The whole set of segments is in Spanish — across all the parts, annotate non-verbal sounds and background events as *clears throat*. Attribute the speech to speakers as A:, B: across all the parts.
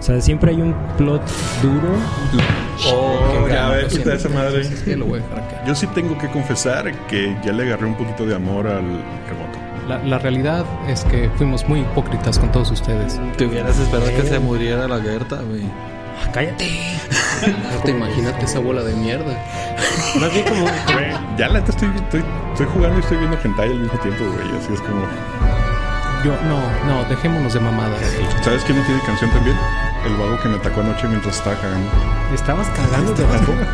A: sea, siempre hay un plot duro.
B: Oh, ya
C: ve,
B: ve, quita esa madre.
C: Es que lo voy a dejar acá.
B: Yo sí tengo que confesar que ya le agarré un poquito de amor al remoto.
C: La, la realidad es que fuimos muy hipócritas con todos ustedes.
D: Te hubieras esperado que se muriera la Gerta, güey.
A: Ah, cállate.
C: No Ah, te imaginaste esa bola de mierda.
E: Más bien como.
B: Güey, Ya la neta estoy, estoy, estoy jugando y estoy viendo hentai al mismo tiempo, güey. Así es como.
C: Yo, no, no, dejémonos de mamadas.
B: ¿Sabes quién no tiene canción también? El vago que me atacó anoche mientras estaba cagando.
E: ¿Estabas cagando de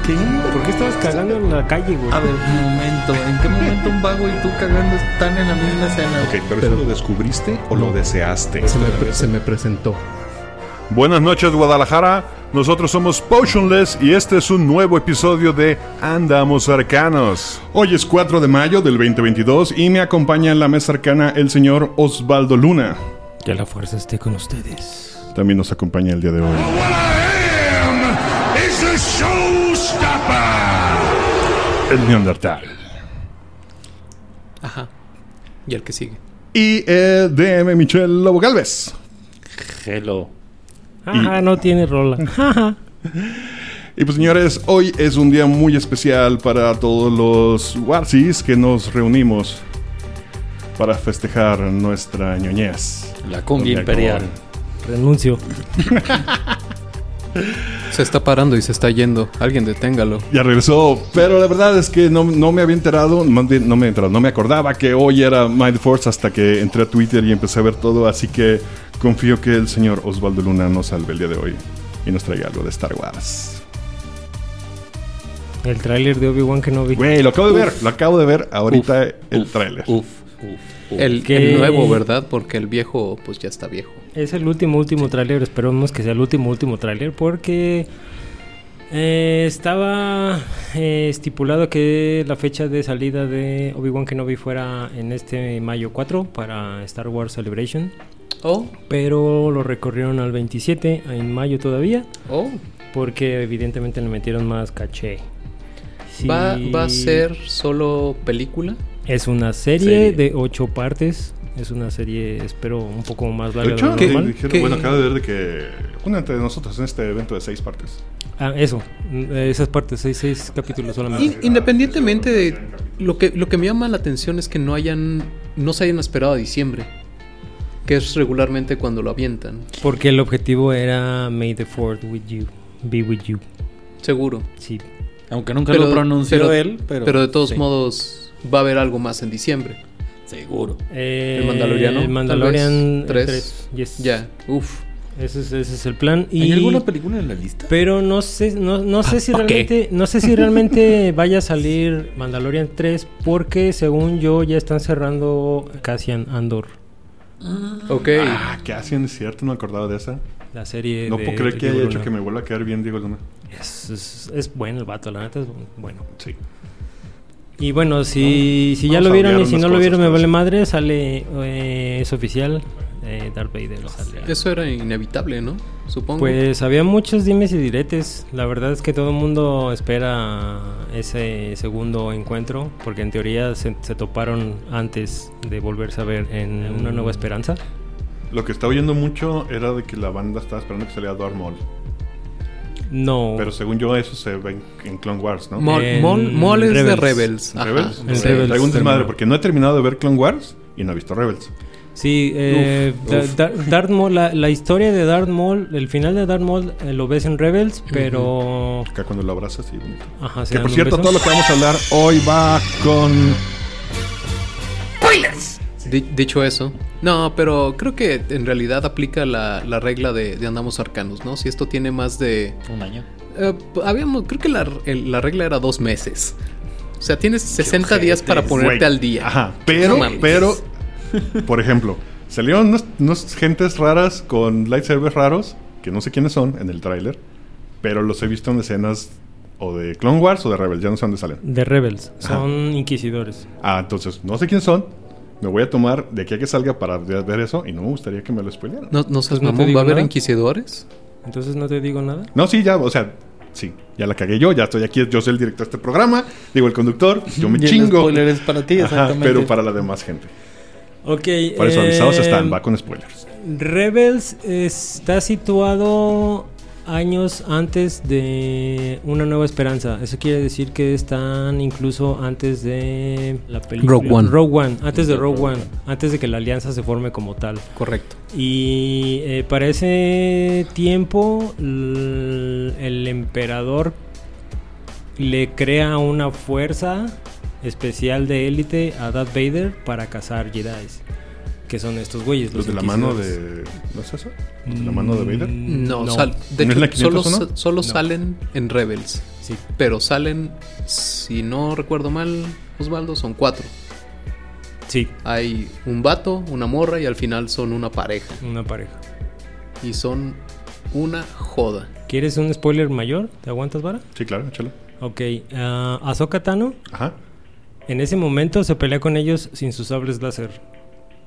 E: ¿Qué? ¿Por qué estabas cagando en la calle, güey?
D: A ver, un momento. ¿En qué momento un vago y tú cagando están en la misma escena?
B: Ok, pero, eso lo descubriste o lo deseaste.
C: Se me, pre- se me presentó.
B: Buenas noches, Guadalajara. Nosotros somos Potionless y este es un nuevo episodio de Andamos Arcanos. Hoy es 4 de mayo del 2022 y me acompaña en la mesa arcana el señor Osvaldo Luna.
A: Que la fuerza esté con ustedes.
B: También nos acompaña el día de hoy. El Neandertal.
C: Ajá. Y el que sigue.
B: Y el DM Michel Lobo Galvez.
E: Hello.
A: Ajá, Ah, no tiene rola.
B: Y pues señores, hoy es un día muy especial para todos los Warsis que nos reunimos para festejar nuestra ñoñez.
D: La cumbia
B: Porque
D: imperial.
A: Renuncio.
C: Se está parando y se está yendo. Alguien deténgalo.
B: Ya regresó, pero la verdad es que no, no me había enterado, más bien, no me he enterado, no me acordaba que hoy era Mind Force hasta que entré a Twitter y empecé a ver todo, así que confío que el señor Osvaldo Luna nos salve el día de hoy y nos traiga algo de Star Wars.
A: El tráiler de Obi-Wan que no vi.
B: Güey, lo acabo de ver, lo acabo de ver ahorita el tráiler.
D: Uf, uf, uf.
C: El,
A: ¿Qué?
C: el nuevo, ¿verdad? Porque el viejo, pues ya está viejo.
A: Es el último, último tráiler. Esperemos que sea el último, último tráiler. Porque eh, estaba eh, estipulado que la fecha de salida de Obi-Wan Kenobi fuera en este mayo 4 para Star Wars Celebration.
C: Oh,
A: Pero lo recorrieron al 27, en mayo todavía.
C: oh.
A: Porque evidentemente le metieron más caché. Sí,
C: ¿Va, ¿Va a ser solo película?
A: Es una serie,
C: Serie.
A: de ocho partes. Es una serie, espero, un poco más larga
B: De
A: de lo
B: hecho,
C: ¿Qué?
A: normal.
B: dijeron,
C: ¿Qué?
B: bueno, acabo de ver de que únete de nosotros en este evento de seis partes.
A: Ah, eso. mm, eh, Esas partes, seis, seis capítulos
C: In-
A: solamente.
C: independientemente de... Lo que, lo que me llama la atención es que no hayan... No se hayan esperado a diciembre. Que es regularmente cuando lo avientan.
A: Porque el objetivo era May the Fourth with you, be with you.
C: Seguro.
A: Sí.
D: Aunque nunca lo pronunció
C: pero-
D: él, pero.
C: pero de todos
D: sí,
C: modos va a haber algo más en diciembre.
D: Seguro.
A: Eh,
C: ¿El Mandaloriano?
A: El
C: Tal
A: Mandalorian
C: vez. Tres.
A: 3. Yes.
C: Ya, uff.
A: Ese, es, ese es el plan. Y...
D: ¿Hay alguna película en la lista?
A: Pero no sé, no, no sé si
C: ¿pa' qué?
A: realmente, no sé si
C: *laughs*
A: realmente vaya a salir Mandalorian 3 porque según yo ya están cerrando Cassian Andor,
C: Ok.
B: Ah, ¿qué hacen? Es cierto, no me acordaba de esa.
A: la serie
B: No
A: de
B: puedo creer que
A: Diego
B: haya hecho
A: Luna.
B: que me vuelva a quedar bien Diego Luna.
A: es, es, es bueno el vato, la neta es bueno.
B: Sí.
A: Y bueno, si, si ya
B: Vamos
A: lo
B: a
A: vieron y
B: odiar
A: si
B: unas
A: no lo
B: cosas,
A: vieron me
B: pero
A: vale
B: sí.
A: madre, sale eh, es oficial eh, Darth Vader sale.
C: Eso era inevitable, ¿no? Supongo.
A: Pues había muchos dimes y diretes. La verdad es que todo el mundo espera ese segundo encuentro, porque en teoría se, se toparon antes de volverse a ver en Una Nueva Esperanza.
B: Lo que estaba oyendo mucho era de que la banda estaba esperando que saliera Darth Maul.
A: No.
B: Pero según yo, eso se ve en, en Clone Wars, ¿no? Eh,
C: Mol,
A: en
C: Mol- Mol es de
A: Rebels.
C: Rebels. Ajá.
B: ¿Rebels?
A: En Rebels.
B: Traigo un desmadre porque no he terminado de ver Clone Wars y no he visto Rebels.
A: sí, eh,
B: Uf,
A: Da-
B: uf.
A: Da- Darth Maul, la, la historia de Darth Maul, el final de Darth Maul eh, lo ves en Rebels, pero...
B: Acá cuando lo abrazas y bonito.
A: Ajá, se
B: Que
A: dan
B: por
A: un
B: cierto,
A: beso.
B: todo lo que vamos a hablar hoy va con.
C: Di- dicho eso. No, pero creo que en realidad aplica la, la regla de, de andamos arcanos, ¿no? Si esto tiene más de...
D: Un año.
C: eh, habíamos, creo que la, el- la regla era dos meses. O sea, tienes 60 días para ponerte
B: Güey.
C: al día.
B: Ajá. Pero,
C: No mames.
B: pero, por ejemplo, salieron unas, unas gentes raras con lightsabers raros, que no sé quiénes son en el tráiler, pero los he visto en escenas o de Clone Wars o de Rebels, ya no sé dónde salen.
A: De Rebels,
B: Ajá.
A: son inquisidores.
B: Ah, entonces, no sé quiénes son. Me voy a tomar de aquí a que salga para ver ver eso y no me gustaría que me lo spoilearan. No.
C: No, no
A: Pues
C: seas
A: no te
C: mamón,
A: digo
C: ¿va a haber
A: nada.
C: inquisidores?
A: Entonces no te digo nada.
B: sí, ya, o sea, sí, ya la cagué yo, ya estoy aquí, yo soy el director de este programa, digo el conductor, yo me
C: *laughs*
D: Y el
B: chingo.
D: spoiler es para ti,
B: Ajá,
D: exactamente.
B: pero para la demás gente.
A: Ok.
B: Para eso avisados
A: eh,
B: están, va con spoilers.
A: Rebels está situado años antes de Una Nueva Esperanza. Eso quiere decir que están incluso antes de la película
C: Rogue One.
A: antes de Rogue One, antes de que la alianza se forme como tal.
C: Correcto.
A: Y eh, para ese tiempo l- el emperador le crea una fuerza especial de élite a Darth Vader para cazar Jedi. Que son estos güeyes.
B: Los de la mano
A: inquisidores.
B: de. ¿No es eso? ¿Los de la mano de Vader?
A: Mm,
C: No, sal- de
B: ¿No es
C: hecho,
B: la
C: solo,
B: 501?
C: sa- solo
A: No.
C: salen en Rebels.
A: Sí.
C: Pero salen, si no recuerdo mal, Osvaldo, son cuatro.
A: Sí,
C: Hay un vato, una morra y al final son una pareja.
A: una pareja.
C: Y son una joda.
A: ¿Quieres un spoiler mayor? ¿Te aguantas, Vara?
B: Sí, claro, échalo.
A: Ok. ah, Ahsoka Tano
B: Ajá.
A: en ese momento se pelea con ellos sin sus sables láser.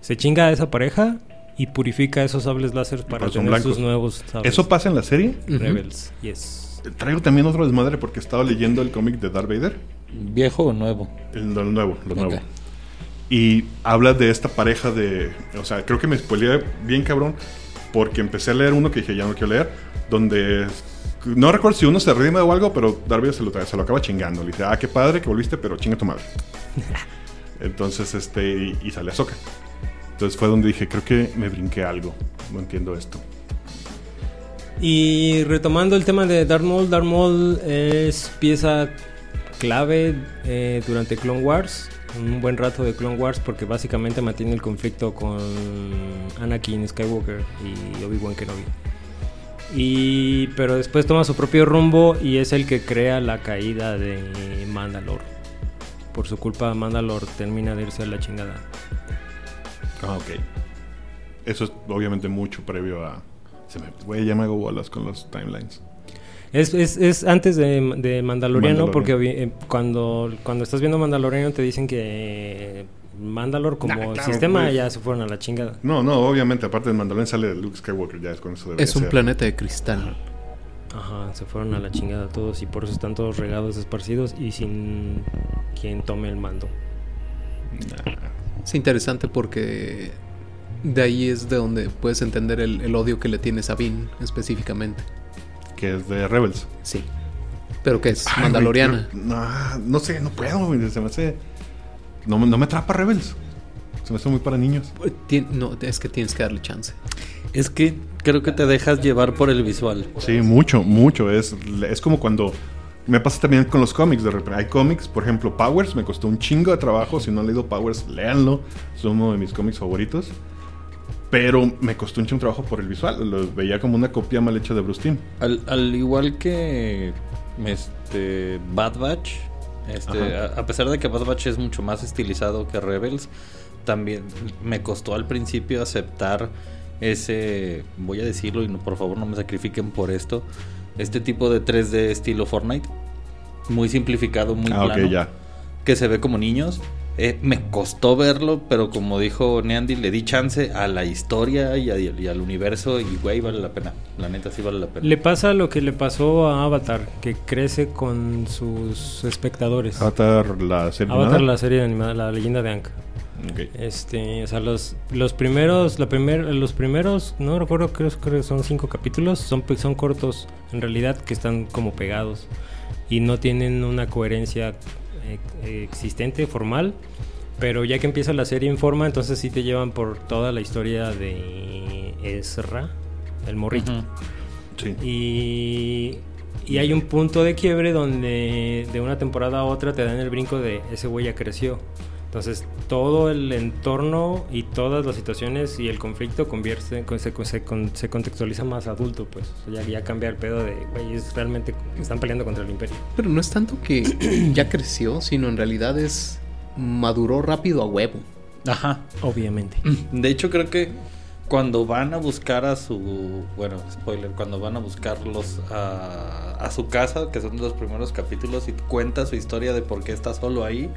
A: Se chinga a esa pareja y purifica esos sables láser para
B: pero son
A: tener
B: blancos.
A: sus nuevos sables.
B: ¿Eso pasa en la serie?
C: Ujú.
A: Rebels, yes.
B: Traigo también otro desmadre porque estaba leyendo el cómic de Darth Vader.
D: ¿Viejo o nuevo?
B: El, lo nuevo, lo nuevo.
D: Ok.
B: Y habla de esta pareja de. O sea, creo que me spoileé bien cabrón. Porque empecé a leer uno que dije ya no quiero leer. Donde. No recuerdo si uno se rime o algo, pero Darth Vader se lo, tra- se lo acaba chingando. Le dice, ah, qué padre que volviste, pero chinga tu madre. Entonces, este. Y, y sale Azoka. Entonces fue donde dije, creo que me brinqué algo. No entiendo esto.
A: Y retomando el tema de Darth Maul, Darth Maul es pieza clave eh, durante Clone Wars, un buen rato de Clone Wars porque básicamente mantiene el conflicto con Anakin Skywalker y Obi-Wan Kenobi. Y pero después toma su propio rumbo y es el que crea la caída de Mandalore. Por su culpa Mandalore termina de irse a la chingada.
B: Ah, ok. Eso es obviamente mucho previo a. Se me. Güey, ya me hago bolas con los timelines.
A: Es, es, es antes de, de Mandaloriano,
B: Mandalorian.
A: porque vi- eh, cuando, cuando estás viendo Mandaloriano te dicen que eh, Mandalor como
B: Nah, claro,
A: sistema
B: pues.
A: ya se fueron a la chingada.
B: No, no, obviamente, aparte del Mandalorian sale Luke Skywalker, ya es con eso debería
C: Es un
B: ser.
C: planeta de cristal.
A: Ajá, se fueron a la chingada todos y por eso están todos regados, esparcidos y sin quien tome el mando.
C: Es interesante porque de ahí es de donde puedes entender el, el odio que le tiene Sabine específicamente.
B: Que es de Rebels.
C: Sí. Pero que es
B: Ay,
C: mandaloriana.
B: güey, No, no sé, no puedo, güey, se me hace... No, me- no me atrapa Rebels. Se me hace muy para niños.
C: Tien- no, es que tienes que darle chance.
D: Es que creo que te dejas llevar por el visual.
B: Sí, mucho, mucho. Es, es como cuando... Me pasa también con los cómics. De repente hay cómics, por ejemplo, Powers. Me costó un chingo de trabajo. Si no han leído Powers, léanlo. Es uno de mis cómics favoritos. Pero me costó un chingo de trabajo por el visual. Lo veía como una copia mal hecha de Bruce Timm.
D: Al, al igual que este Bad Batch, este, a,
B: Ajá.
D: a pesar de que Bad Batch es mucho más estilizado que Rebels, también me costó al principio aceptar ese, voy a decirlo y no, por favor no me sacrifiquen por esto, este tipo de 3D estilo Fortnite, muy simplificado, muy
B: Ah,
D: plano
B: ok, ya.
D: que se ve como niños. Eh, me costó verlo, pero como dijo Neandy, le di chance a la historia y, a- y al universo y, güey, vale la pena. La neta sí vale la pena.
A: Le pasa lo que le pasó a Avatar, que crece con sus espectadores.
B: Avatar, la serie
A: Avatar,
B: animada.
A: la serie animada, la leyenda de Anka.
B: Ok.
C: Eh,
A: Este, o sea, los, los primeros, la primer, los primeros, no recuerdo, creo, creo que son cinco capítulos, son, pe- son cortos, en realidad, que están como pegados y no tienen una coherencia eh, existente, formal, pero ya que empieza la serie en forma, entonces sí te llevan por toda la historia de Ezra, el morrito.
D: Ujú.
B: Sí.
A: Y, y hay un punto de quiebre donde de una temporada a otra te dan el brinco de ese güey ya creció. Entonces todo el entorno y todas las situaciones y el conflicto convierte, con- se, con- se con- se contextualiza más adulto, pues O sea, ya, ya cambia el pedo de, güey, es realmente están peleando contra el imperio.
C: Pero no es tanto que *clears throat* ya creció, sino en realidad es maduró rápido a huevo.
D: Ajá.
A: Obviamente.
D: De hecho, creo que cuando van a buscar a su. Bueno, spoiler, cuando van a buscarlos a, a su casa, que son los primeros capítulos, y cuenta su historia de por qué está solo ahí,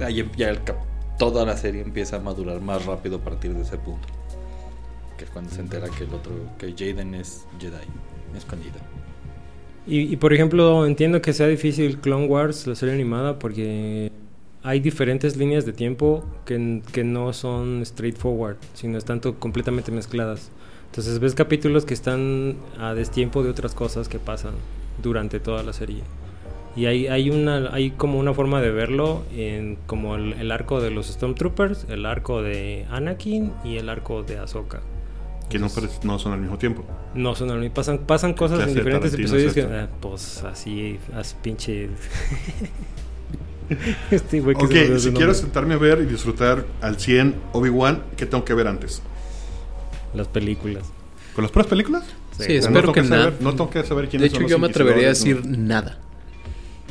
D: ahí em- ya el cap- toda la serie empieza a madurar más rápido a partir de ese punto. Que es cuando se entera que el otro, que Jaden es Jedi, escondida.
A: Y, y, por ejemplo, entiendo que sea difícil Clone Wars, la serie animada, porque hay diferentes líneas de tiempo que, n- que no son straightforward, sino están to- completamente mezcladas. Entonces ves capítulos que están a destiempo de otras cosas que pasan durante toda la serie. Y hay, hay, una, hay como una forma de verlo en como el, el arco de los Stormtroopers, el arco de Anakin y el arco de Ahsoka.
B: Que no, pare- no son al mismo tiempo.
A: No son al mismo- pasan, pasan cosas
B: clase
A: en
B: de
A: diferentes
B: Tarantino es
A: episodios que,
B: esta?
A: ah, pues así, as
B: *laughs*
A: pinche este güey que se me olvidó
B: Ok,
A: su
B: si
A: nombre.
B: quiero sentarme a ver y disfrutar al 100 Obi-Wan, ¿qué tengo que ver antes?
A: las películas.
B: ¿Con las puras películas?
A: Sí,
C: Sí,
B: O sea,
C: espero
B: no tengo
C: que nada.
B: saber- no tengo que saber quiénes
C: De hecho,
B: son los
C: yo me atrevería a decir
B: inquisidores,
C: nada.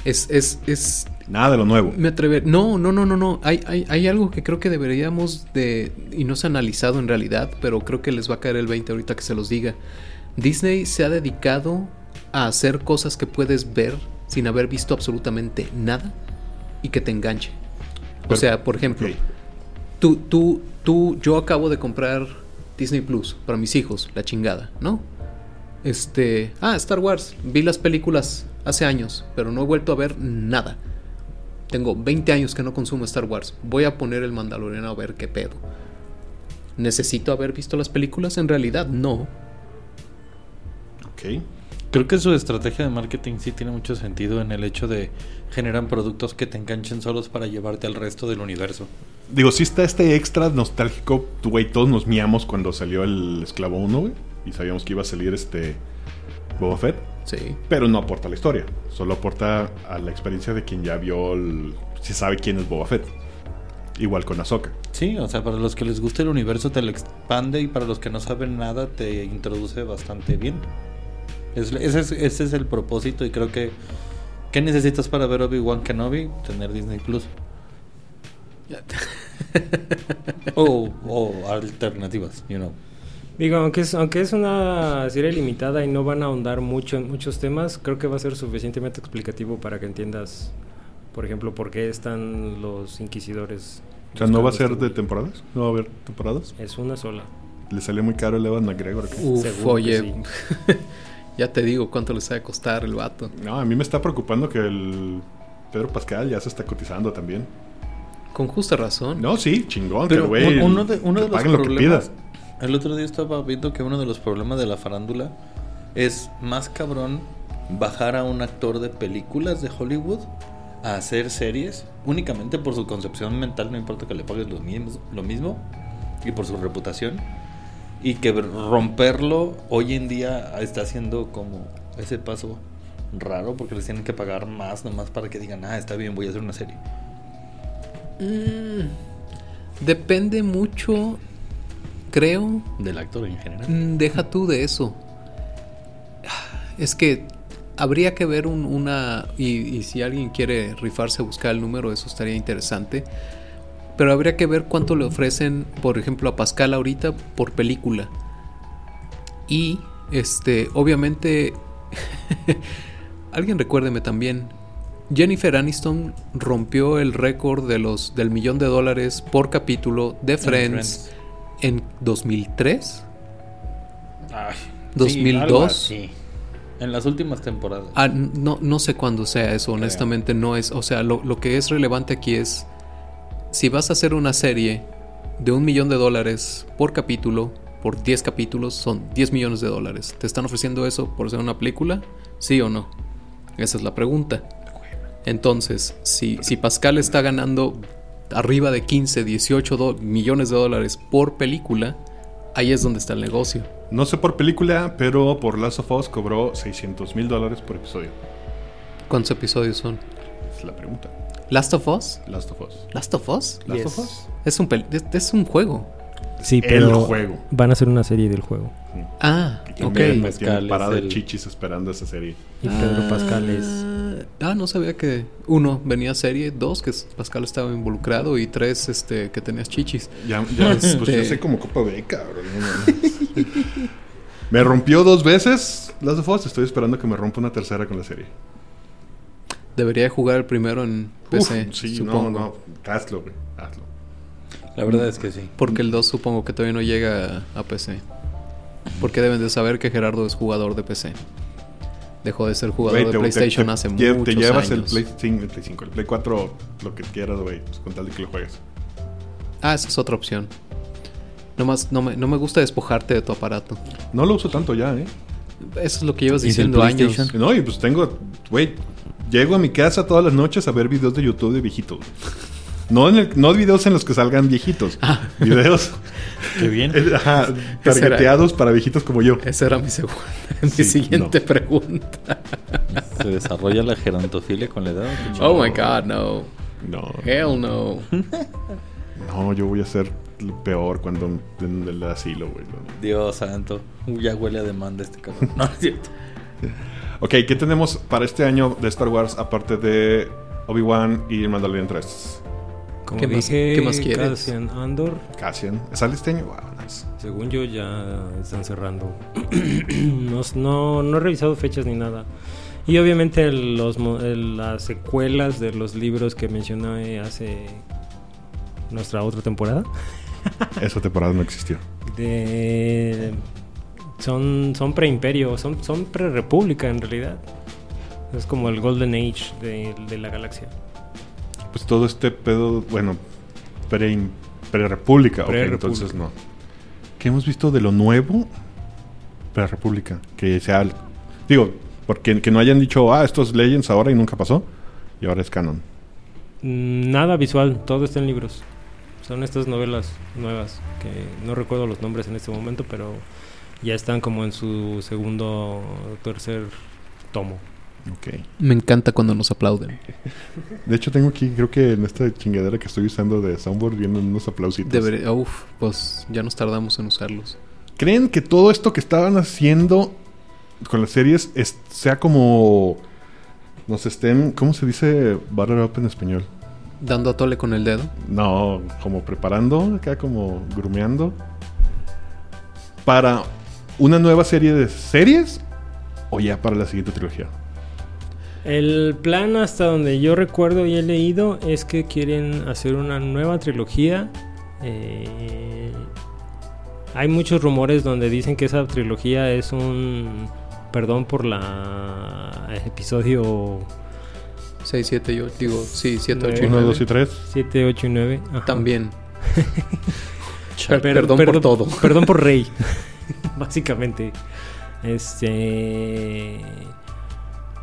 C: Es, es, es.
B: ¿no? Nada de lo nuevo.
C: Me atrever. No, no, no, no, no. Hay, hay, hay algo que creo que deberíamos de. Y no se ha analizado en realidad, pero creo que les va a caer el 20 ahorita que se los diga. Disney se ha dedicado a hacer cosas que puedes ver sin haber visto absolutamente nada y que te enganche. O
B: Pero-
C: sea, por ejemplo,
B: Ok.
C: Tú, tú, tú, yo acabo de comprar Disney Plus para mis hijos, la chingada, ¿no? Este, ah, Star Wars, vi las películas hace años, pero no he vuelto a ver nada. Tengo 20 años que no consumo Star Wars. Voy a poner el Mandaloriano a ver qué pedo. ¿Necesito haber visto las películas? En realidad, no.
B: Ok.
D: Creo que su estrategia de marketing sí tiene mucho sentido en el hecho de generan productos que te enganchen solos para llevarte al resto del universo.
B: Digo, sí está este extra nostálgico. tú, Güey, todos nos miamos cuando salió el Esclavo 1, güey. Y sabíamos que iba a salir este Boba Fett.
C: Sí.
A: *laughs*
B: Pero no aporta a la historia. Solo aporta a la experiencia de quien ya vio el... Si sabe quién es Boba Fett. Igual con Ahsoka.
D: Sí, o sea, para los que les gusta el universo te lo expande y para los que no saben nada te introduce bastante bien. Es- ese, es, ese es el propósito y creo que... ¿Qué necesitas para ver Obi-Wan Kenobi? Tener Disney Plus. o, o alternativas, you know.
A: Digo, aunque es, aunque es una serie limitada y no van a ahondar mucho en muchos temas, creo que va a ser suficientemente explicativo para que entiendas, por ejemplo, por qué están los inquisidores.
B: O sea, ¿no va a ser
A: buscando
B: de
A: este güey.
B: temporadas? ¿No va a haber temporadas?
A: Es una sola.
B: Le salió muy caro el Evan McGregor. acá.
D: Uh.
C: Uf,
A: Seguro que
C: oye. *laughs* ya te digo cuánto les va a costar el vato.
B: No, a mí me está preocupando que el Pedro Pascal ya se está cotizando también.
C: Con justa razón.
B: No, sí, chingón,
D: Pero
B: pero güey.
D: un- uno de, uno
B: que
D: de los
B: paguen lo que
D: problemas.
B: pidas.
D: El otro día estaba viendo que uno de los problemas de la farándula es más cabrón bajar a un actor de películas de Hollywood a hacer series únicamente por su concepción mental, no importa que le pagues lo mismo, lo mismo y por su reputación. Y que romperlo hoy en día está haciendo como ese paso raro porque les tienen que pagar más nomás para que digan, ah, está bien, voy a hacer una serie.
C: Mm, depende mucho, creo,
D: Del actor en general.
C: Mm, Deja tú de eso. Es que habría que ver un- una... Y, y si alguien quiere rifarse a buscar el número, eso estaría interesante. Pero habría que ver cuánto le ofrecen, por ejemplo, a Pascal ahorita por película. Y, este, obviamente... *laughs* alguien recuérdeme también. Jennifer Aniston rompió el récord de los, del millón de dólares por capítulo de Friends en 2003.
D: Ay,
C: 2002.
D: algo así. En las últimas temporadas.
C: Ah, n- no, no sé cuándo sea eso, honestamente no es. O sea, lo, lo que es relevante aquí es, si vas a hacer una serie de un millón de dólares por capítulo, por 10 capítulos, son 10 millones de dólares. ¿Te están ofreciendo eso por ser una película? ¿Sí o no? Esa es la pregunta. Entonces, si, si Pascal está ganando arriba de 15, 18 do- millones de dólares por película, ahí es donde está el negocio.
B: No sé por película, pero por Last of Us cobró 600 mil dólares por episodio.
C: ¿Cuántos episodios son?
B: Es la pregunta.
C: ¿Last of Us?
B: Last of Us.
C: ¿Last of Us?
B: Last
A: Yes.
B: of Us.
C: Es un, pel- es, es un juego.
A: Sí,
B: El juego.
A: van a hacer una serie del juego.
C: Ah,
B: Que
C: ok.
B: tiene- tiene
D: Pascal es
B: parada
D: el-
B: de chichis esperando esa serie.
A: Y Pedro Pascal es...
C: Ah, no sabía que uno venía serie, dos que s- Pascal estaba involucrado y tres este que tenías chichis.
B: Ya, ya, pues
C: Este-
B: yo sé como Copa B, cabrón. no mames. me rompió dos veces Last of Us. Estoy esperando que me rompa una tercera con la serie.
C: Debería jugar el primero en PC,
B: Uf, sí,
C: supongo.
B: no, no. Hazlo, güey. Hazlo.
D: La verdad es que sí.
C: Porque el 2 supongo que todavía no llega a PC. Porque deben de saber que Gerardo es jugador de PC. Dejó de ser jugador
B: Güey,
C: de PlayStation hace
B: lle-
C: muchos
B: te llevas
C: años.
B: el Play 5, el Play 5, el Play 4, lo que quieras, güey, pues, con tal de que lo juegues.
C: Ah, esa es otra opción. Nomás, no me, no me gusta despojarte de tu aparato.
B: No lo uso tanto ya, ¿eh?
C: Eso es lo que llevas
F: ¿Y del
C: diciendo años.
F: PlayStation?
B: No, y pues tengo, güey, llego a mi casa todas las noches a ver videos de YouTube de viejitos. güey. No, en el- no videos en los que salgan viejitos.
C: Ah.
B: Videos
G: Qué
D: *laughs*
G: bien.
B: eh, ajá,
C: ¿Qué será?
B: targeteados para viejitos como yo.
C: Esa era mi segunda, *laughs* mi
B: Sí,
C: siguiente pregunta.
D: ¿Se desarrolla la gerontofilia con la edad? o qué
C: Oh my god, no.
B: No,
C: Hell no.
B: no, yo voy a ser el peor cuando en el asilo, güey. no.
D: chingado? Dios santo. Uy, Ya huele a demanda este cabrón. No, es cierto.
B: Ok, ¿qué tenemos para este año de Star Wars aparte de Obi-Wan y el Mandalorian 3?
A: Como
C: ¿Qué más-
A: dije,
C: qué más quieres?
A: Cassian Andor,
B: Cassian. ¿Sale este año? Wow, nice.
A: según yo, ya están cerrando. *clears throat* no, no, no he revisado fechas ni nada. Y obviamente los, mo- el- las secuelas de los libros que mencioné hace nuestra otra temporada.
B: Esa temporada no existió.
A: de son son preimperio, son son pre-república en realidad. Es como el Golden Age de, de la galaxia.
B: Pues todo este pedo, bueno, pre- pre-república. ok,
A: Pre-república.
B: entonces no. ¿Qué hemos visto de lo nuevo? Pre-república. Que sea. el- Digo, porque que no hayan dicho, ah, estos Legends ahora y nunca pasó. Y ahora es canon.
A: Mm, Nada visual, todo está en libros. Son estas novelas nuevas que no recuerdo los nombres en este momento, pero ya están como en su segundo o tercer tomo.
B: Ok.
C: Me encanta cuando nos aplauden.
B: De hecho, tengo aquí, creo que en esta chingadera que estoy usando de Soundboard, vienen unos aplausitos.
C: Debería, uf, pues ya nos tardamos en usarlos.
B: ¿Creen que todo esto que estaban haciendo con las series es- sea como. Nos estén. ¿Cómo se dice Butter Up en español?
C: Dando a tole con el dedo.
B: No, como preparando, acá como grumeando. Para una nueva serie de series o ya para la siguiente trilogía.
A: El plan hasta donde yo recuerdo y he leído es que quieren hacer una nueva trilogía. Eh, hay muchos rumores donde dicen que esa trilogía es un... Perdón por la... el Episodio
C: 6, 7 y 8. Digo, sí, 7, 8
A: Nueve.
C: y
B: 1,
C: 9.
B: 2 y 3.
A: 7, 8 y 9. ajá.
C: También.
A: Per-
C: Per- *laughs* perdón por todo.
A: *laughs* Perdón por Rey.
C: *laughs*
A: Básicamente. Este.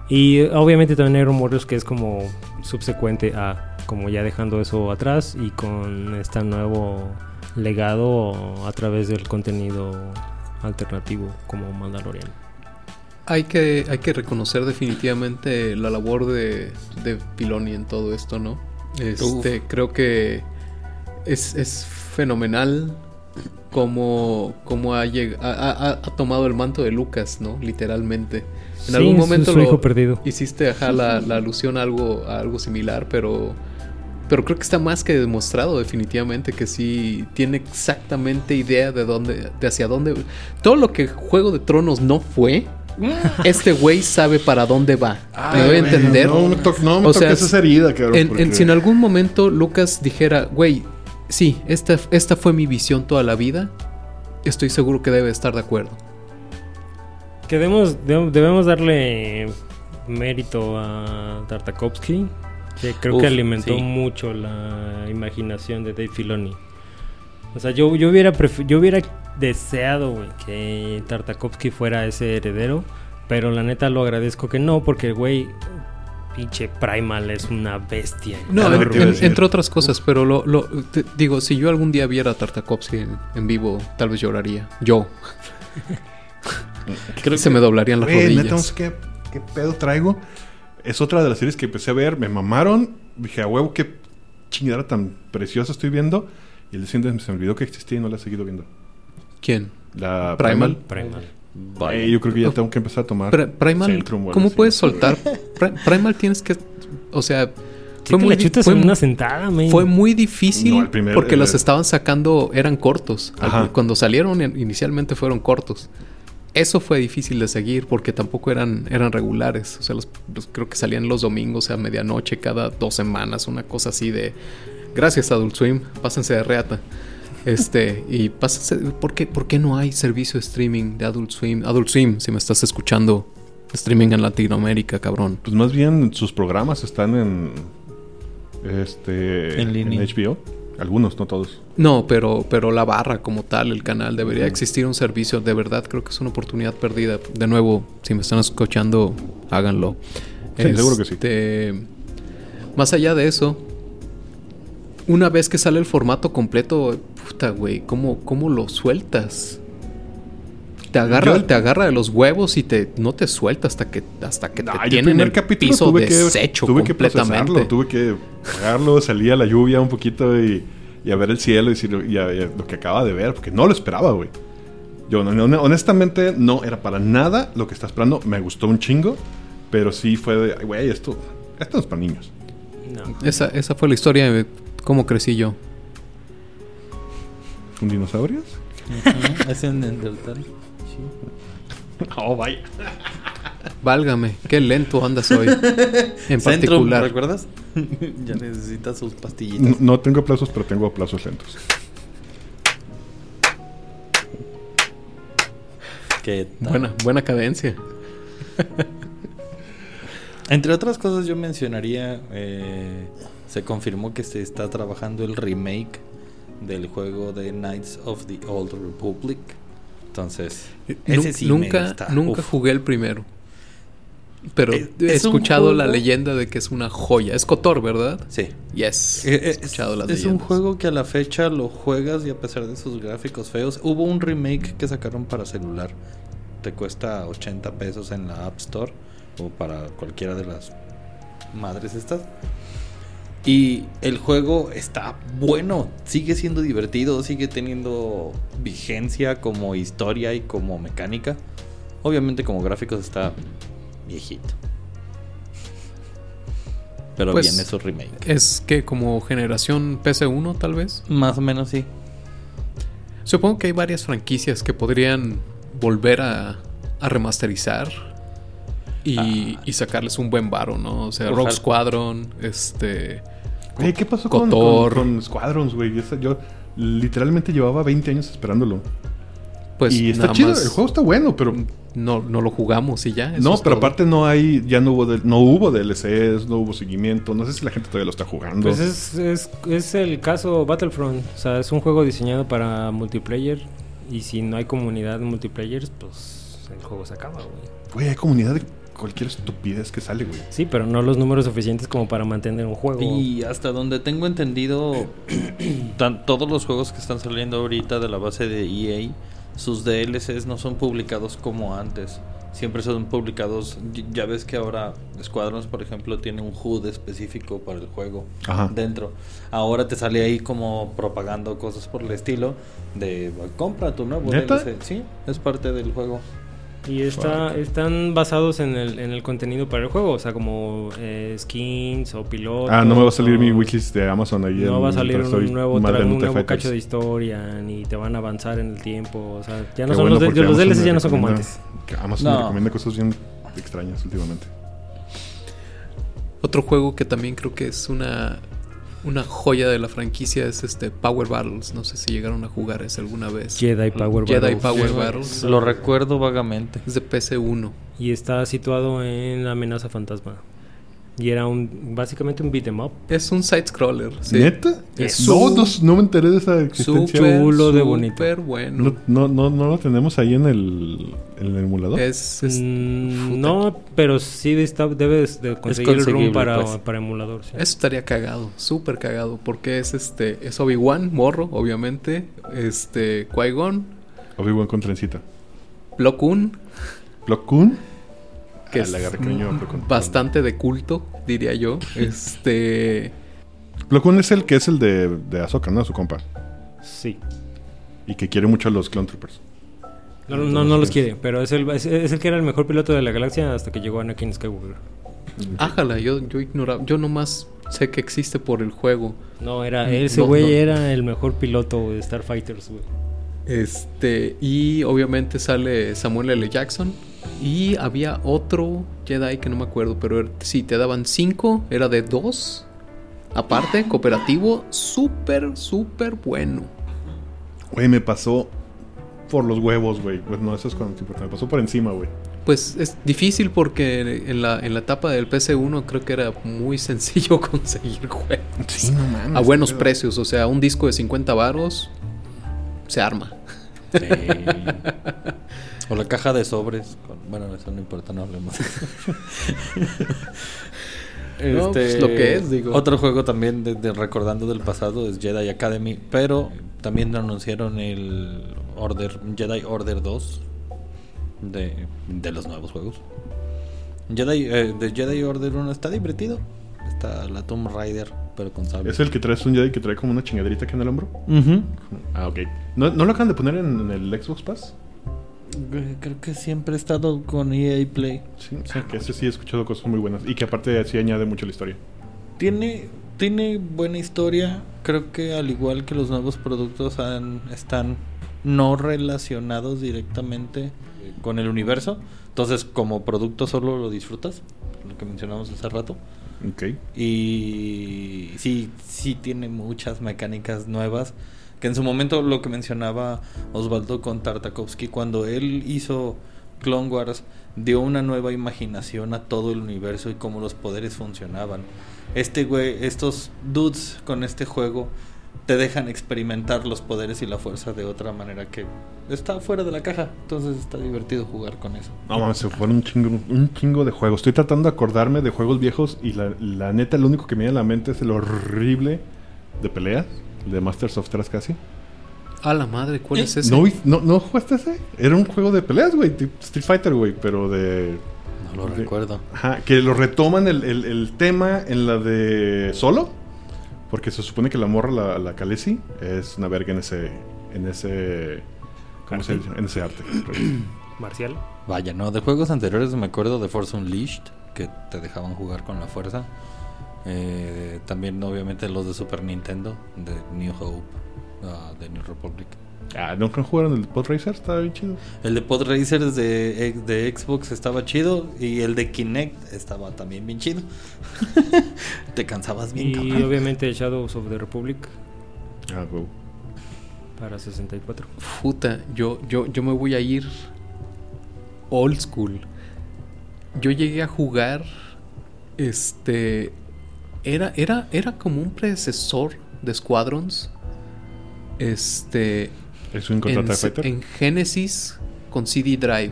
A: Y obviamente también hay rumores que es como subsecuente a. Como ya dejando eso atrás y con este nuevo legado a través del contenido alternativo como Mandalorian.
C: Hay que, hay que reconocer definitivamente la labor de, de Filoni en todo esto, ¿no? Este, creo que es, es fenomenal cómo, cómo ha, lleg- ha- ha- ha tomado el manto de Lucas, ¿no? Literalmente. En
A: Sí,
C: algún
A: su-
C: momento
A: su
C: lo-
A: hijo perdido.
C: hiciste ajá, la, la alusión a algo, a algo similar, pero, pero creo que está más que demostrado definitivamente que sí tiene exactamente idea de dónde, de hacia dónde. Todo lo que Juego de Tronos no fue, este güey sabe para dónde va. ¿Me doy a entender?
B: Ah, No me, to- no me
C: O
B: toques
C: sea,
B: esa herida, cabrón.
C: En- en-
B: porque-
C: si en algún momento Lucas dijera, güey, sí, esta, esta fue mi visión toda la vida, estoy seguro que debe estar de acuerdo.
A: Que debemos, deb- debemos darle mérito a Tartakovsky, que creo que
D: Uf,
A: alimentó
D: sí.
A: mucho la imaginación de Dave Filoni. O sea, yo, yo, hubiera, pref- yo hubiera deseado güey, que Tartakovsky fuera ese heredero, pero la neta lo agradezco que no, porque güey, pinche Primal es una bestia.
C: No,
B: Ah,
C: en-
B: lo que te iba a
C: en-
B: decir.
C: entre otras cosas, pero lo, lo- te- digo, si yo algún día viera a Tartakovsky en, en vivo, tal vez lloraría. Yo. *laughs* Se me doblarían las
B: Güey, neta, no
C: rodillas.
B: sé qué, qué pedo traigo. Es otra de las series que empecé a ver, me mamaron. Dije, a huevo, qué chingadera tan preciosa estoy viendo. Y el siguiente se me olvidó que existía y no la he seguido viendo.
C: ¿Quién?
B: La
C: Primal.
A: Primal.
D: Vaya.
B: Eh, yo creo que ya tengo que empezar a tomar.
C: Pri- Primal,
B: Centrum o algo
C: ¿cómo
B: así. *laughs*
C: puedes soltar? Pri- Primal tienes que, o sea,
A: Fue
C: fue
A: muy,
C: muy,
A: la chutas
C: fue,
A: en una sentada, man.
C: fue muy difícil
B: No, el primer-
C: porque
B: el-
C: los estaban sacando, eran cortos. Al-
B: Ajá.
C: Cuando salieron in- inicialmente fueron cortos. Eso fue difícil de seguir porque tampoco eran, eran regulares. O sea, los, los- creo que salían los domingos a medianoche cada dos semanas, una cosa así de... Gracias Adult Swim, pásense de reata. Este, y pásense... ¿por qué, ¿Por qué no hay servicio de streaming de Adult Swim? Adult Swim, si me estás escuchando, Streaming en Latinoamérica, cabrón.
B: Pues más bien sus programas están en. Este.
F: En línea.
B: HBO. Algunos, no todos.
C: No, pero, pero la barra como tal, el canal, debería existir un servicio. De verdad, creo que es una oportunidad perdida. De nuevo, si me están escuchando, háganlo.
B: Sí, seguro que sí.
C: sí. Más allá de eso, una vez que sale el formato completo, puta, güey, ¿cómo, ¿cómo lo sueltas? Te agarra,
B: Yo-
C: te agarra de los huevos y te, no te suelta hasta que, hasta que
B: Ah,
C: te
B: yo
C: tienen el piso deshecho
B: tuve que
C: completamente.
B: procesarlo, tuve que pagarlo, salí a la lluvia un poquito y, y a ver el cielo y, si lo- y a- y a lo que acaba de ver, porque no lo esperaba, güey. Yo no- no- honestamente no era para nada lo que está esperando, me gustó un chingo, pero sí fue de, "Ay, güey, esto, esto no es para niños.
A: No.
C: esa, esa fue la historia de cómo crecí yo.
B: ¿Un dinosaurio?
D: Ujú, Es en Neandertal. Sí.
B: Oh, vaya.
C: Válgame, qué lento andas *laughs* hoy. En
D: Centrum,
C: particular.
D: ¿recuerdas? *laughs* ya necesita sus pastillitas.
B: No, no tengo aplausos, pero tengo aplausos lentos.
D: ¿Qué tal?
C: Buena, buena cadencia.
D: Entre otras cosas yo mencionaría, eh, se confirmó que se está trabajando el remake del juego de Knights of the Old Republic. Entonces, ese
C: Nun-
D: sí me
C: nunca
D: gusta.
C: nunca
D: Uf.
C: jugué el primero. Pero
D: Es-
C: he
D: es un
C: escuchado la
D: juego-
C: leyenda de que es una joya. Es Cotor, ¿verdad?
D: sí.
C: Yes.
D: Eh,
C: he
D: eh, Es,
C: escuchado las
D: es un
C: leyendas.
D: juego que a la fecha lo juegas y a pesar de sus gráficos feos, hubo un remake que sacaron para celular. Te cuesta 80 pesos en la App Store o para cualquiera de las madres estas. Y el juego está bueno, sigue siendo divertido, sigue teniendo vigencia como historia y como mecánica. Obviamente como gráficos está viejito. Pero
C: Pues,
D: viene su remake.
C: Es que como generación PC1 tal vez.
D: Más o menos sí.
C: Supongo que hay varias franquicias que podrían volver a, a remasterizar y, y sacarles un buen varo, ¿no? O sea, Rock
D: Ah. Ojalá.
C: Squadron, este...
B: Güey, ¿qué pasó con, con,
C: Cotor.
B: con Squadrons, güey? Esa- Yo literalmente llevaba 20 años esperándolo.
C: Pues
B: y está
C: nada
B: chido,
C: más
B: el juego está bueno, pero
C: No, no lo jugamos y ya. eso
B: no,
C: es
B: pero
C: todo.
B: aparte no hay, ya no hubo, del- no hubo DLCs, no hubo seguimiento, no sé si la gente todavía lo está jugando.
A: Pues es, es, es el caso Battlefront. O sea, es un juego diseñado para multiplayer. Y si no hay comunidad de multiplayer, pues el juego se acaba, güey.
B: Güey, hay comunidad de cualquier estupidez que sale, güey.
A: Sí, pero no los números suficientes como para mantener un juego.
D: Y hasta donde
B: *clears throat*
D: tengo entendido, tan- todos los juegos que están saliendo ahorita de la base de EA, sus DLCs no son publicados como antes. Siempre son publicados. y- Ya ves que ahora Squadrons, por ejemplo, tiene un HUD específico para el juego
B: Ajá.
D: dentro. Ahora te sale ahí como propagando cosas por el estilo de compra tu nuevo
B: ¿Neta?
D: DLC. Sí, es parte del juego.
A: Y está,
B: Fuck.
A: están basados en el, en el contenido para el juego, o sea, como eh, skins o pilotos.
B: Ah, no me va a salir
A: o-
B: mi wikis de Amazon ahí.
A: No
B: en-
A: va a salir
B: mientras estoy
A: un nuevo, tra-
B: madreando
A: un nuevo
B: TIE
A: cacho de
B: Fighters.
A: historia, ni te van a avanzar en el tiempo. O sea, ya
B: Qué
A: no son
B: bueno,
A: los, de-
B: porque
A: los
B: Amazon
A: DLC
B: me
A: ya no son como
B: recomienda-
A: antes.
B: que Amazon me
D: No.
B: recomienda cosas bien extrañas últimamente.
C: Otro juego que también creo que es una, una joya de la franquicia es este Power Battles. No sé si llegaron a jugar ese alguna vez.
A: Jedi Power
C: Jedi
A: Battles.
C: Power Battles.
D: Lo recuerdo vagamente.
C: Es de PC1.
A: Y está situado en Amenaza Fantasma. Y era un básicamente un beat em up.
C: Es un side-scroller. sí.
B: ¿Neta?
C: Es
B: No,
C: su-
B: no, no me enteré de esa existencia.
C: Súper,
A: Chulo de bonito.
C: súper bueno.
B: No, no, no, no lo tenemos ahí en el, en el emulador.
C: Es, es-
A: Mm,
C: puta.
A: no, pero sí está, debes de conseguir el
D: conseguible,
A: room para,
D: pues.
A: para emulador. sí.
C: Eso estaría cagado, súper cagado, porque es este, es Obi-Wan, Morro, obviamente, este, Qui-Gon,
B: Obi-Wan con trencita.
C: Plo Koon,
B: Plo Koon.
C: que
B: Ah,
C: es
B: le agarré cariño a Plo Koon.
C: bastante de culto, diría yo, este,
B: Plo Koon es el que es el de, de Ahsoka, ¿no? Su compa.
A: Sí.
B: Y que quiere mucho a los Clone Troopers.
A: No, no, no los quiere, pero es el, es, es el que era el mejor piloto de la galaxia hasta que llegó Anakin Skywalker.
C: ájala, yo, yo ignoraba, yo nomás sé que existe por el juego,
A: No, era ese
C: Mm, No,
A: güey
C: no.
A: era el mejor piloto de Starfighters, güey.
C: este, y obviamente sale Samuel L. Jackson, y había otro Jedi que no me acuerdo, pero er- sí, te daban cinco, era de dos, aparte, cooperativo, súper, súper bueno.
B: Güey, me pasó por los huevos, güey. Pues no, eso es cuando tipo, me pasó por encima, güey.
C: Pues es difícil porque en la, en la etapa del PC1 creo que era muy *laughs* sencillo conseguir juegos.
B: Sí, no mames.
C: A buenos
B: qué pedo.
C: precios, o sea, un disco de 50 varos se arma.
D: Sí. O la caja de sobres. con- Bueno, eso no importa, no hablemos.
C: *laughs* No,
B: Este,
C: pues, lo que es, digo.
D: Otro juego también, de, de- recordando del pasado, es Jedi Academy. Pero también anunciaron el Order Jedi Order 2 de, de los nuevos juegos. Jedi, eh, de Jedi Order 1 está divertido. Está la Tomb Raider, pero con sable.
B: ¿Es el que traes un Jedi que trae como una chingaderita aquí en el hombro?
D: Ujú.
B: Ah, ok. ¿No, no lo acaban de poner en, en el Xbox Pass?
D: Eh, Creo que siempre he estado con EA Play.
B: Sí, sí,
C: Ah,
B: que
C: pues
B: ese sí he escuchado cosas muy buenas. Y que aparte sí añade mucho a la historia.
D: Tiene, tiene buena historia. Creo que al igual que los nuevos productos han- están no relacionados directamente eh, con el universo. Entonces, como producto solo lo disfrutas, lo que mencionamos hace rato.
B: Ok.
D: Y sí, sí tiene muchas mecánicas nuevas. Que en su momento lo que mencionaba Osvaldo con Tartakovsky, cuando él hizo Clone Wars, dio una nueva imaginación a todo el universo y cómo los poderes funcionaban. Este güey, estos dudes con este juego te dejan experimentar los poderes y la fuerza de otra manera que está fuera de la caja. Entonces está divertido jugar con eso.
B: No mames, se fueron un chingo, un chingo de juegos. Estoy tratando de acordarme de juegos viejos y la, la neta, lo único que me viene a la mente es el horrible de peleas, el de Masters of Thrash casi.
C: A la madre, ¿cuál es ese?
B: ¿Eh? ¿No, vi- no, ¿No jugaste ese? Era un juego de peleas, güey. tipo Street Fighter, güey, pero de.
D: No lo
B: Ok.
D: recuerdo.
B: Ajá, que lo retoman el, el- el tema en la de Solo. Porque se supone que la morra, la, la Khaleesi, es una verga en ese. En ese. ¿Cómo se dice? En ese arte. *clears throat*
A: Marcial.
D: Vaya, no, de juegos anteriores me acuerdo de Force Unleashed, que te dejaban jugar con la fuerza. Eh, también, obviamente, los de Super Nintendo, de New Hope, ah, de New Republic.
B: ah, ¿nunca jugaron el Pod Racer? Estaba bien chido.
D: El de Pod Racers de, ex- de Xbox estaba chido y el de Kinect estaba también bien chido. *laughs* te cansabas bien,
A: Y
D: cabrón.
A: obviamente Shadows of the Republic
B: Ah, güey.
A: para 64.
C: Puta, yo, yo, yo me voy a ir old school. Yo llegué a jugar. Este. Era, era, era como un predecesor de Squadrons. Este.
B: ¿Es un
C: En,
B: contraataque Fighter?
C: en Genesis con CD Drive.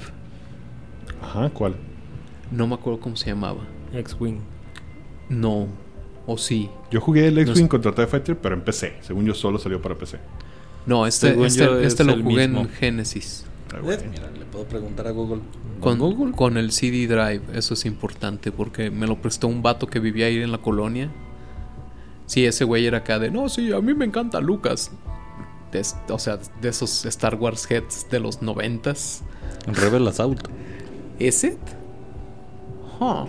B: Ajá, ¿cuál?
C: No me acuerdo cómo se llamaba.
A: X-Wing.
C: No. O sí.
B: Yo jugué el
C: No
B: X-Wing
C: sé.
B: contra TIE Fighter, pero en PC. Según yo, solo salió para PC.
C: No, este,
D: Según yo,
C: este,
D: es
C: este lo
D: el
C: jugué
D: mismo.
C: en Genesis.
B: Ah, güey.
D: ¿Ves? Mira, le puedo preguntar a Google.
C: Con, con el CD Drive, eso es importante porque me lo prestó un vato que vivía ahí en la colonia. Sí, ese güey era acá de, no, sí, a mí me encanta Lucas. De es- o sea, de esos Star Wars heads de los noventas.
D: Rebel Assault.
C: ¿Es it? Huh.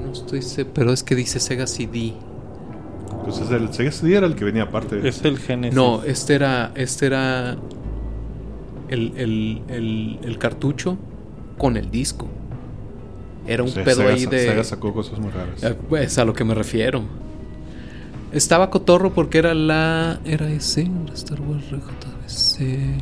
C: No estoy seguro, pero es que dice Sega CD.
B: Entonces, el Sega CD era el que venía aparte.
D: Es el Genesis.
C: No, este era, este era el, el- el- el cartucho con el disco. Era un
B: Sí,
C: pedo
B: Sega,
C: ahí
B: sa-
C: de...
B: Sega sacó cosas muy raras.
C: Eh, Pues a lo que me refiero. Estaba cotorro porque era la. Era ese, la Star Wars RJBC.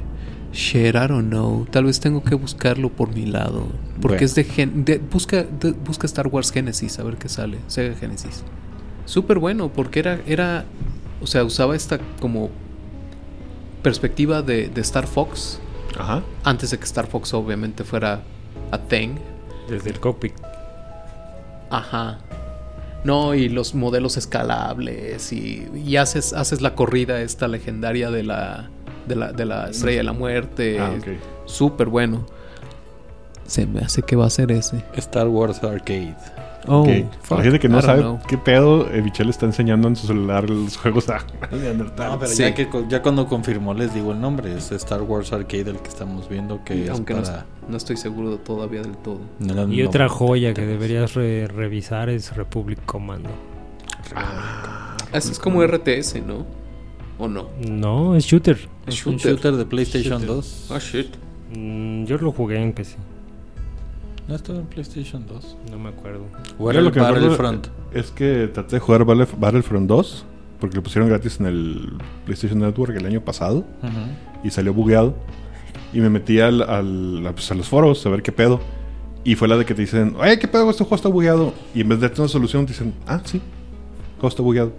C: Share, I don't know. Tal vez tengo que buscarlo por mi lado. Porque
D: Bueno.
C: es de, gen- de- busca, de- busca Star Wars Genesis, a ver qué sale. Sega Genesis. Súper bueno, porque era, era. O sea, usaba esta como. Perspectiva de, de Star Fox.
B: Ajá.
C: Antes de que Star Fox, obviamente, fuera a thing.
A: Desde el cockpit.
C: Ajá. No, y los modelos escalables y, y haces, haces la corrida esta legendaria de la, de la, de la estrella de la muerte.
B: Ah, ok.
C: Súper bueno. Se me hace que va a ser ese.
D: Star Wars Arcade.
C: Oh,
B: Ok.
C: fuck,
B: Para la gente que
C: I
B: no
C: don't
B: sabe
C: know.
B: qué pedo, eh, Michelle está enseñando en su celular los juegos Ah. a a Neandertal.
D: No, pero
C: Sí.
D: ya, que, co- ya cuando confirmó les digo el nombre, es Star Wars Arcade el que estamos viendo que es
C: Mm, Aunque no,
D: para...
C: no estoy seguro todavía del todo.
D: no, no,
A: Y otra joya que deberías re- revisar es Republic Commando.
B: Ah,
C: Este es como RTS, ¿no? ¿O no?
A: No, es shooter.
D: es
C: shooter.
D: un shooter de PlayStation
A: Shooter.
D: 2.
C: Ah, shit.
A: Mm, yo lo jugué en PC.
D: No estaba en PlayStation 2.
A: No me acuerdo.
D: O
B: Yo
D: era el
B: lo que me acuerdo
D: Battlefront.
B: Es que traté de jugar Battle- Battlefront 2 porque lo pusieron gratis en el PlayStation Network el año pasado
D: Ujú.
B: y salió bugueado. Y me metí al, al- a, pues, a los foros a ver qué pedo. Y fue la de que te dicen, ¡ay, qué pedo! Este juego está bugueado. Y en vez de darte una solución, te dicen, ¡ah, sí! El juego está bugueado.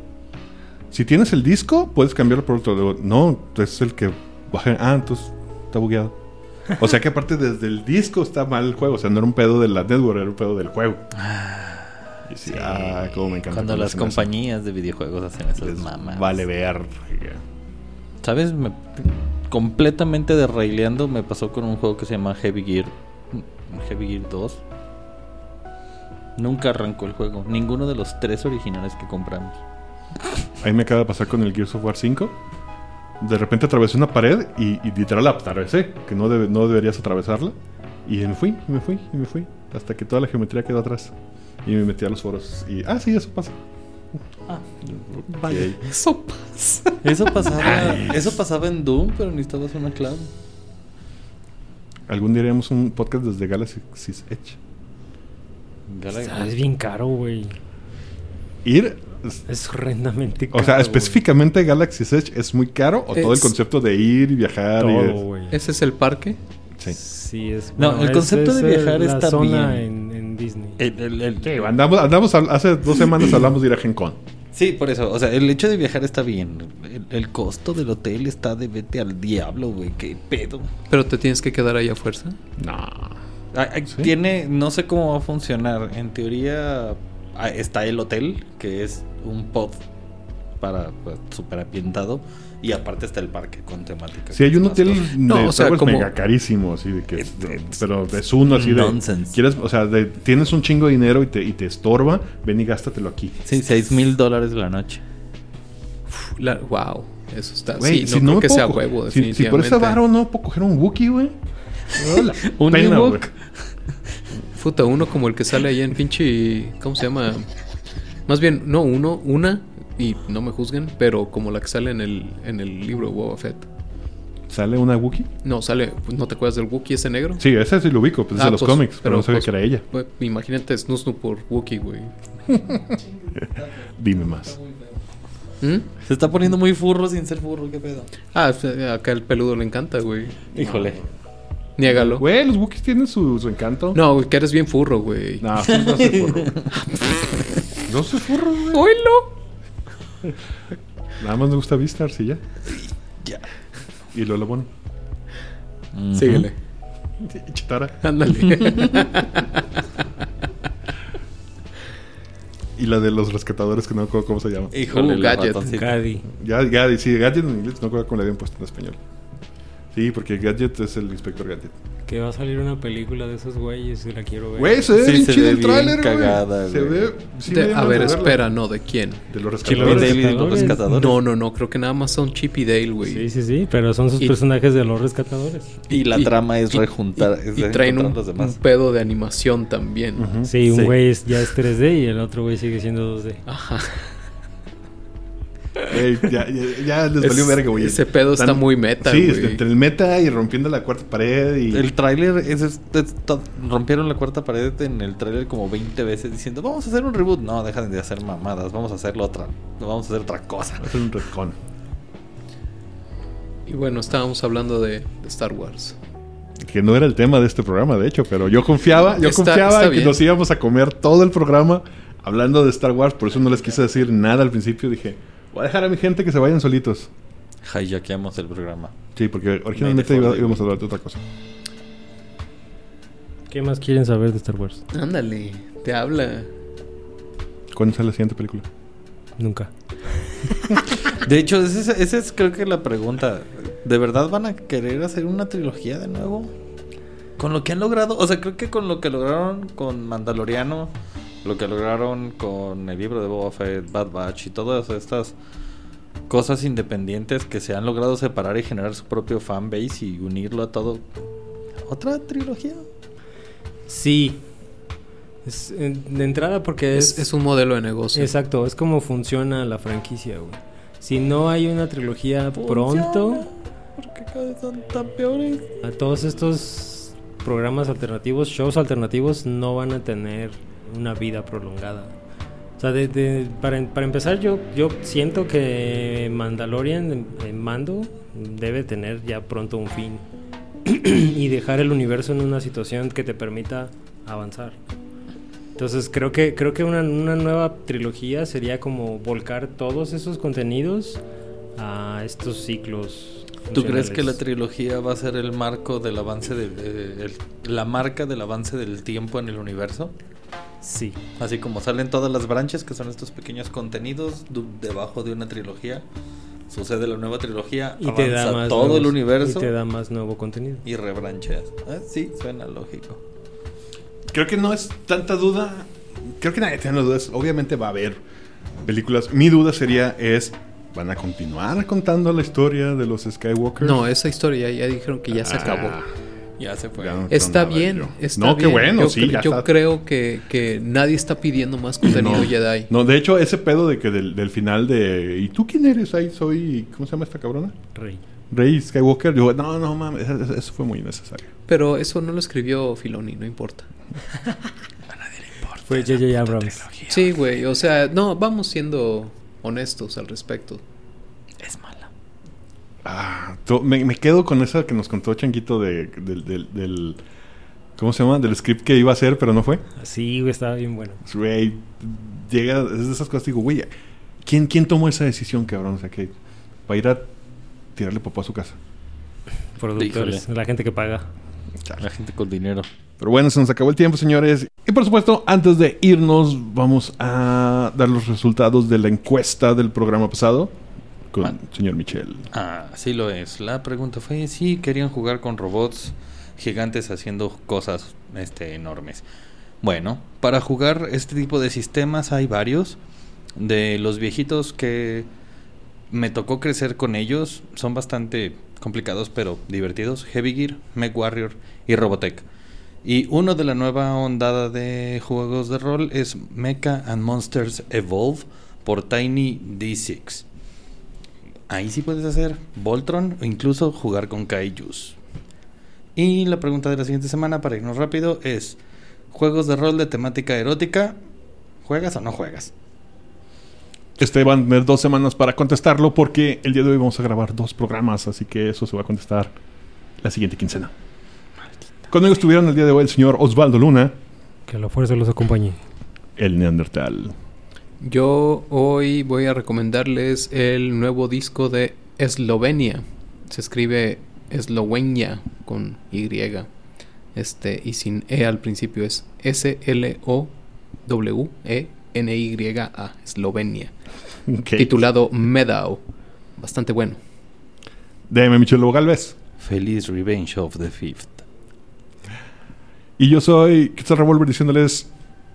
B: Si tienes el disco, puedes cambiarlo por otro. Luego, no, es el que bajé. Ah, entonces está bugueado. O sea que aparte desde el disco está mal el juego. O sea, no era un pedo de la network, era un pedo del juego. Y sí, ah, cómo me encanta.
D: Cuando
B: cuando
D: las
B: hacen eso.
D: compañías de videojuegos hacen esas
B: Les
D: mamas.
B: Vale ver.
D: ¿Sabes? Me- completamente derraileando me pasó con un juego que se llama Heavy Gear. Heavy Gear 2. Nunca arrancó el juego. Ninguno de los tres originales que compramos.
B: Ahí me acaba de pasar con el Gears of War 5. De repente atravesé una pared y, y literal la atravesé, que no, debe- no deberías atravesarla. Y me fui, y me fui, y me fui. Hasta que toda la geometría quedó atrás. Y me metí a los foros. Y, ah, sí, eso pasa.
D: Vale. Eso pasa. Ah, Eso pasaba, eso pasaba en Doom, pero necesitabas una clave.
B: Algún día haríamos un podcast desde Galaxy Edge.
A: Ah, es bien caro, güey.
B: Ir, es-
A: Es horrendamente
B: o
A: caro.
B: sea,
A: güey.
B: específicamente Galaxy Edge es muy caro o todo el
C: Es-
B: concepto de ir y viajar. y-
A: Todo, güey.
C: Ese es el parque.
B: sí.
A: Sí, es.
D: No, el concepto de viajar
A: la
D: está
A: zona
D: bien.
A: En, en Disney.
D: El- el- el-
B: Andamos, andamos al- hace dos semanas hablamos de ir a Gen Con.
D: Sí, por eso. O sea, el hecho de viajar está bien. El, el costo del hotel está de vete al diablo, güey. Qué pedo.
C: Pero te tienes que quedar ahí a fuerza.
B: No.
D: Ah, ah, Tiene, no sé cómo va a funcionar. En teoría ah, está el hotel, que es un pub para pues, súper ambientado. Y aparte está el parque con temática.
B: Si hay un
D: Más
B: hotel
D: cosas.
C: No,
B: de
C: o sea,
B: Starbucks
C: como-
B: mega carísimo, así de que.
D: Es- es-
B: pero es uno así de.
D: Nonsense.
B: Quieres, o sea, de- tienes un chingo de dinero y te, y te estorba, ven y gástatelo aquí.
D: Sí, seis mil dólares la noche.
C: Uf, la- wow. Eso está.
B: Güey,
C: sí, no creo
B: me
C: que
B: puedo
C: sea
B: co-
C: huevo,
B: si, si por
C: definitivamente.
B: esa varo no puedo coger un Wookiee, güey. me
C: *laughs*
B: da la
D: Un
B: pena,
D: Ewok.
B: güey.
C: Puta, uno como el que sale ahí en pinche. ¿Cómo se llama? Más bien, no, uno, una, y no me juzguen, pero como la que sale en el, en el libro de Boba Fett.
B: ¿Sale una Wookiee?
C: No, sale. ¿No te acuerdas del Wookiee ese negro?
B: Sí, ese sí lo ubico, pues es
C: Ah,
B: de los
C: pues,
B: cómics, pero,
C: pero,
B: no sabía
C: pues,
B: que era ella.
C: Güey, imagínate Snoo Snoo por Wookiee, güey.
B: Dime más.
C: ¿Mm?
D: Se está poniendo muy furro sin ser furro, qué pedo.
C: Ah, o sea, acá el peludo le encanta, güey.
D: Híjole.
C: Niégalo.
B: Güey, los Wookiees tienen su, su encanto.
C: No, güey, que eres bien furro, güey.
B: No, no se furro. güey.
C: *laughs*
B: no se furro, güey.
C: ¡Oilo!
B: Nada más me gusta Vistars y ya.
D: Ya.
B: Y Lola Bonnie.
C: Síguele.
B: *laughs* Chitara.
C: Ándale.
B: Y la de los rescatadores que no me acuerdo cómo se llama.
D: Híjole,
C: Uh,
D: el
C: gadget.
D: ratoncito.
A: Cadi.
B: Ya, ya, sí, Gadget en inglés, no acuerdo cómo le habían puesto en español. Sí, porque Gadget es el inspector Gadget.
A: Que va a salir una película de esos güeyes y la quiero ver.
B: Güey, se ve
D: Sí,
B: bien
D: se
B: chido
D: ve
B: el
D: bien
B: tráiler,
D: cagada,
B: güey. Se
D: güey.
B: ve...
C: *laughs*
B: sí me
C: De-
B: dio
C: a
B: ganas
C: ver,
B: de verla.
C: espera, no, ¿de quién?
B: De los
A: Chip
B: rescatadores.
A: and
D: Daily y los
A: Rescatadores.
D: rescatadores.
C: No, no, no, creo que nada más son Chip y Dale, güey.
A: Sí, sí, sí, pero son sus
C: Y-
A: personajes de los rescatadores.
D: Y la
C: Y-
D: trama es
C: y-
D: rejuntar.
C: y-
D: es
C: Y, traen
D: reencontrar
C: un,
D: los demás.
C: un pedo de animación también.
A: Sí, un
D: Sí.
A: güey es- ya es 3D y el otro güey sigue siendo 2D.
C: Ajá.
B: Ey, ya, ya, ya les valió
C: Es-
B: verga, güey.
C: ese pedo está muy meta,
B: Sí,
C: güey.
B: entre el meta y rompiendo la cuarta pared y...
D: El tráiler es, es- es- to- rompieron la cuarta pared en el tráiler como 20 veces diciendo, "Vamos a hacer un reboot." No, dejan de hacer mamadas, vamos a hacerlo otra. Vamos a hacer otra cosa.
B: Hacer un retcon.
C: Y bueno, estábamos hablando de, de Star Wars.
B: Que no era el tema de este programa, de hecho, pero yo confiaba, yo
C: Está-
B: confiaba
C: está
B: en que
C: bien.
B: nos íbamos a comer todo el programa hablando de Star Wars, por eso no les quise decir nada al principio, dije, voy a dejar a mi gente que se vayan solitos.
D: Hayaqueamos el programa.
B: Sí, porque originalmente
D: Made for
B: iba-
D: the-
B: íbamos a hablar de otra cosa.
A: ¿Qué más quieren saber de Star Wars?
C: Ándale, te habla.
B: ¿Cuándo sale la siguiente película?
A: Nunca.
D: De hecho, esa es, esa es creo que la pregunta. ¿De verdad van a querer hacer una trilogía de nuevo? Con lo que han logrado, o sea, creo que con lo que lograron con Mandaloriano, lo que lograron con el libro de Boba Fett, Bad Batch y todas estas cosas independientes que se han logrado separar y generar su propio fanbase y unirlo a todo. ¿Otra trilogía?
A: Sí. Es, eh, de entrada porque
C: Es,
A: es...
C: es un modelo de negocio.
A: Exacto, es como funciona la franquicia, güey. Si no hay una trilogía pronto,
D: Porque cada vez son tan peores.
A: a todos estos programas alternativos, shows alternativos, no van a tener una vida prolongada. O sea, de- de- para, em- para empezar, yo, yo siento que Mandalorian, eh, Mando, debe tener ya pronto un fin. *clears throat* y dejar el universo en una situación que te permita avanzar. Entonces creo que, creo que una, una nueva trilogía sería como volcar todos esos contenidos a estos ciclos.
D: ¿Tú crees
A: funcionales.
D: que la trilogía va a ser el marco del avance de, eh, el- la marca del avance del tiempo en el universo?
A: Sí.
D: Así como salen todas las branches que son estos pequeños contenidos du- debajo de una trilogía, sucede la nueva trilogía,
A: Y te da
D: avanza
A: más
D: todo el
A: nuevos-
D: universo
A: Y te da más nuevo contenido.
D: y rebrancheas. Ah, sí, suena lógico.
B: Creo que no es tanta duda. Creo que nadie tiene dudas. Obviamente va a haber películas. Mi duda sería es, ¿van a continuar contando la historia de los Skywalker? Ah.
C: No, esa historia ya dijeron que ya se acabó.
D: Ya se fue.
B: Ya no-
C: Está
B: andaba
C: bien,
B: yo.
C: está
B: No, qué
C: bien.
B: bueno,
C: yo,
B: sí,
C: cre-
B: ya
C: yo
B: está.
C: creo que, que nadie está pidiendo más contenido Jedi.
B: No, de hecho, ese pedo de que del, del final de... ¿Y tú quién eres? Ahí soy... ¿Cómo se llama esta cabrona?
A: Rey.
B: Rey Skywalker. Yo, no, no, mames. eso- Eso eso fue muy innecesario.
C: Pero eso no lo escribió Filoni, no importa.
A: Fue J.J. Abrams.
C: Sí, güey, o sea, no, vamos siendo honestos al respecto.
B: Ah, to- me, me quedo con esa que nos contó Changuito de, del, del- del- ¿Cómo se llama? Del script que iba a hacer, pero no fue.
A: Sí, güey, estaba bien bueno.
B: Güey, llega... Es de esas cosas digo, güey, ¿quién, ¿quién tomó esa decisión, cabrón? O sea, que... Para ir a tirarle popó a su casa.
A: Productores, la gente que paga.
D: La gente con dinero.
B: Pero bueno, se nos acabó el tiempo, señores. Y por supuesto, antes de irnos, vamos a dar los resultados de la encuesta del programa pasado con
D: Man.
B: señor Michel.
D: Ah, sí lo es. La pregunta fue si querían jugar con robots gigantes haciendo cosas este, enormes. Bueno, para jugar este tipo de sistemas hay varios. De los viejitos que me tocó crecer con ellos, son bastante complicados pero divertidos. Heavy Gear, Mech Warrior y Robotech. Y uno de la nueva ondada de juegos de rol es Mecha and Monsters Evolve por Tiny D6. Ahí sí puedes hacer Voltron o incluso jugar con Kaijus. Y la pregunta de la siguiente semana, para irnos rápido, es: ¿Juegos de rol de temática erótica? ¿Juegas o no juegas?
B: Este van a tener dos semanas para contestarlo porque el día de hoy vamos a grabar dos programas, así que eso se va a contestar la siguiente quincena. Conmigo estuvieron el día de hoy el señor Osvaldo Luna,
A: Que la fuerza los acompañe.
B: el Neandertal.
C: Yo hoy voy a recomendarles el nuevo disco de Eslovenia. Se escribe Eslovenia con Y. Este, y sin E al principio es E S-L-O-W-E-N-Y-A, Eslovenia.
B: Ok.
C: Titulado Meadow. Bastante bueno.
B: DM Michel Lobo Galvez.
D: Feliz Revenge of the Fifth.
B: Y yo soy Quetzal Revolver diciéndoles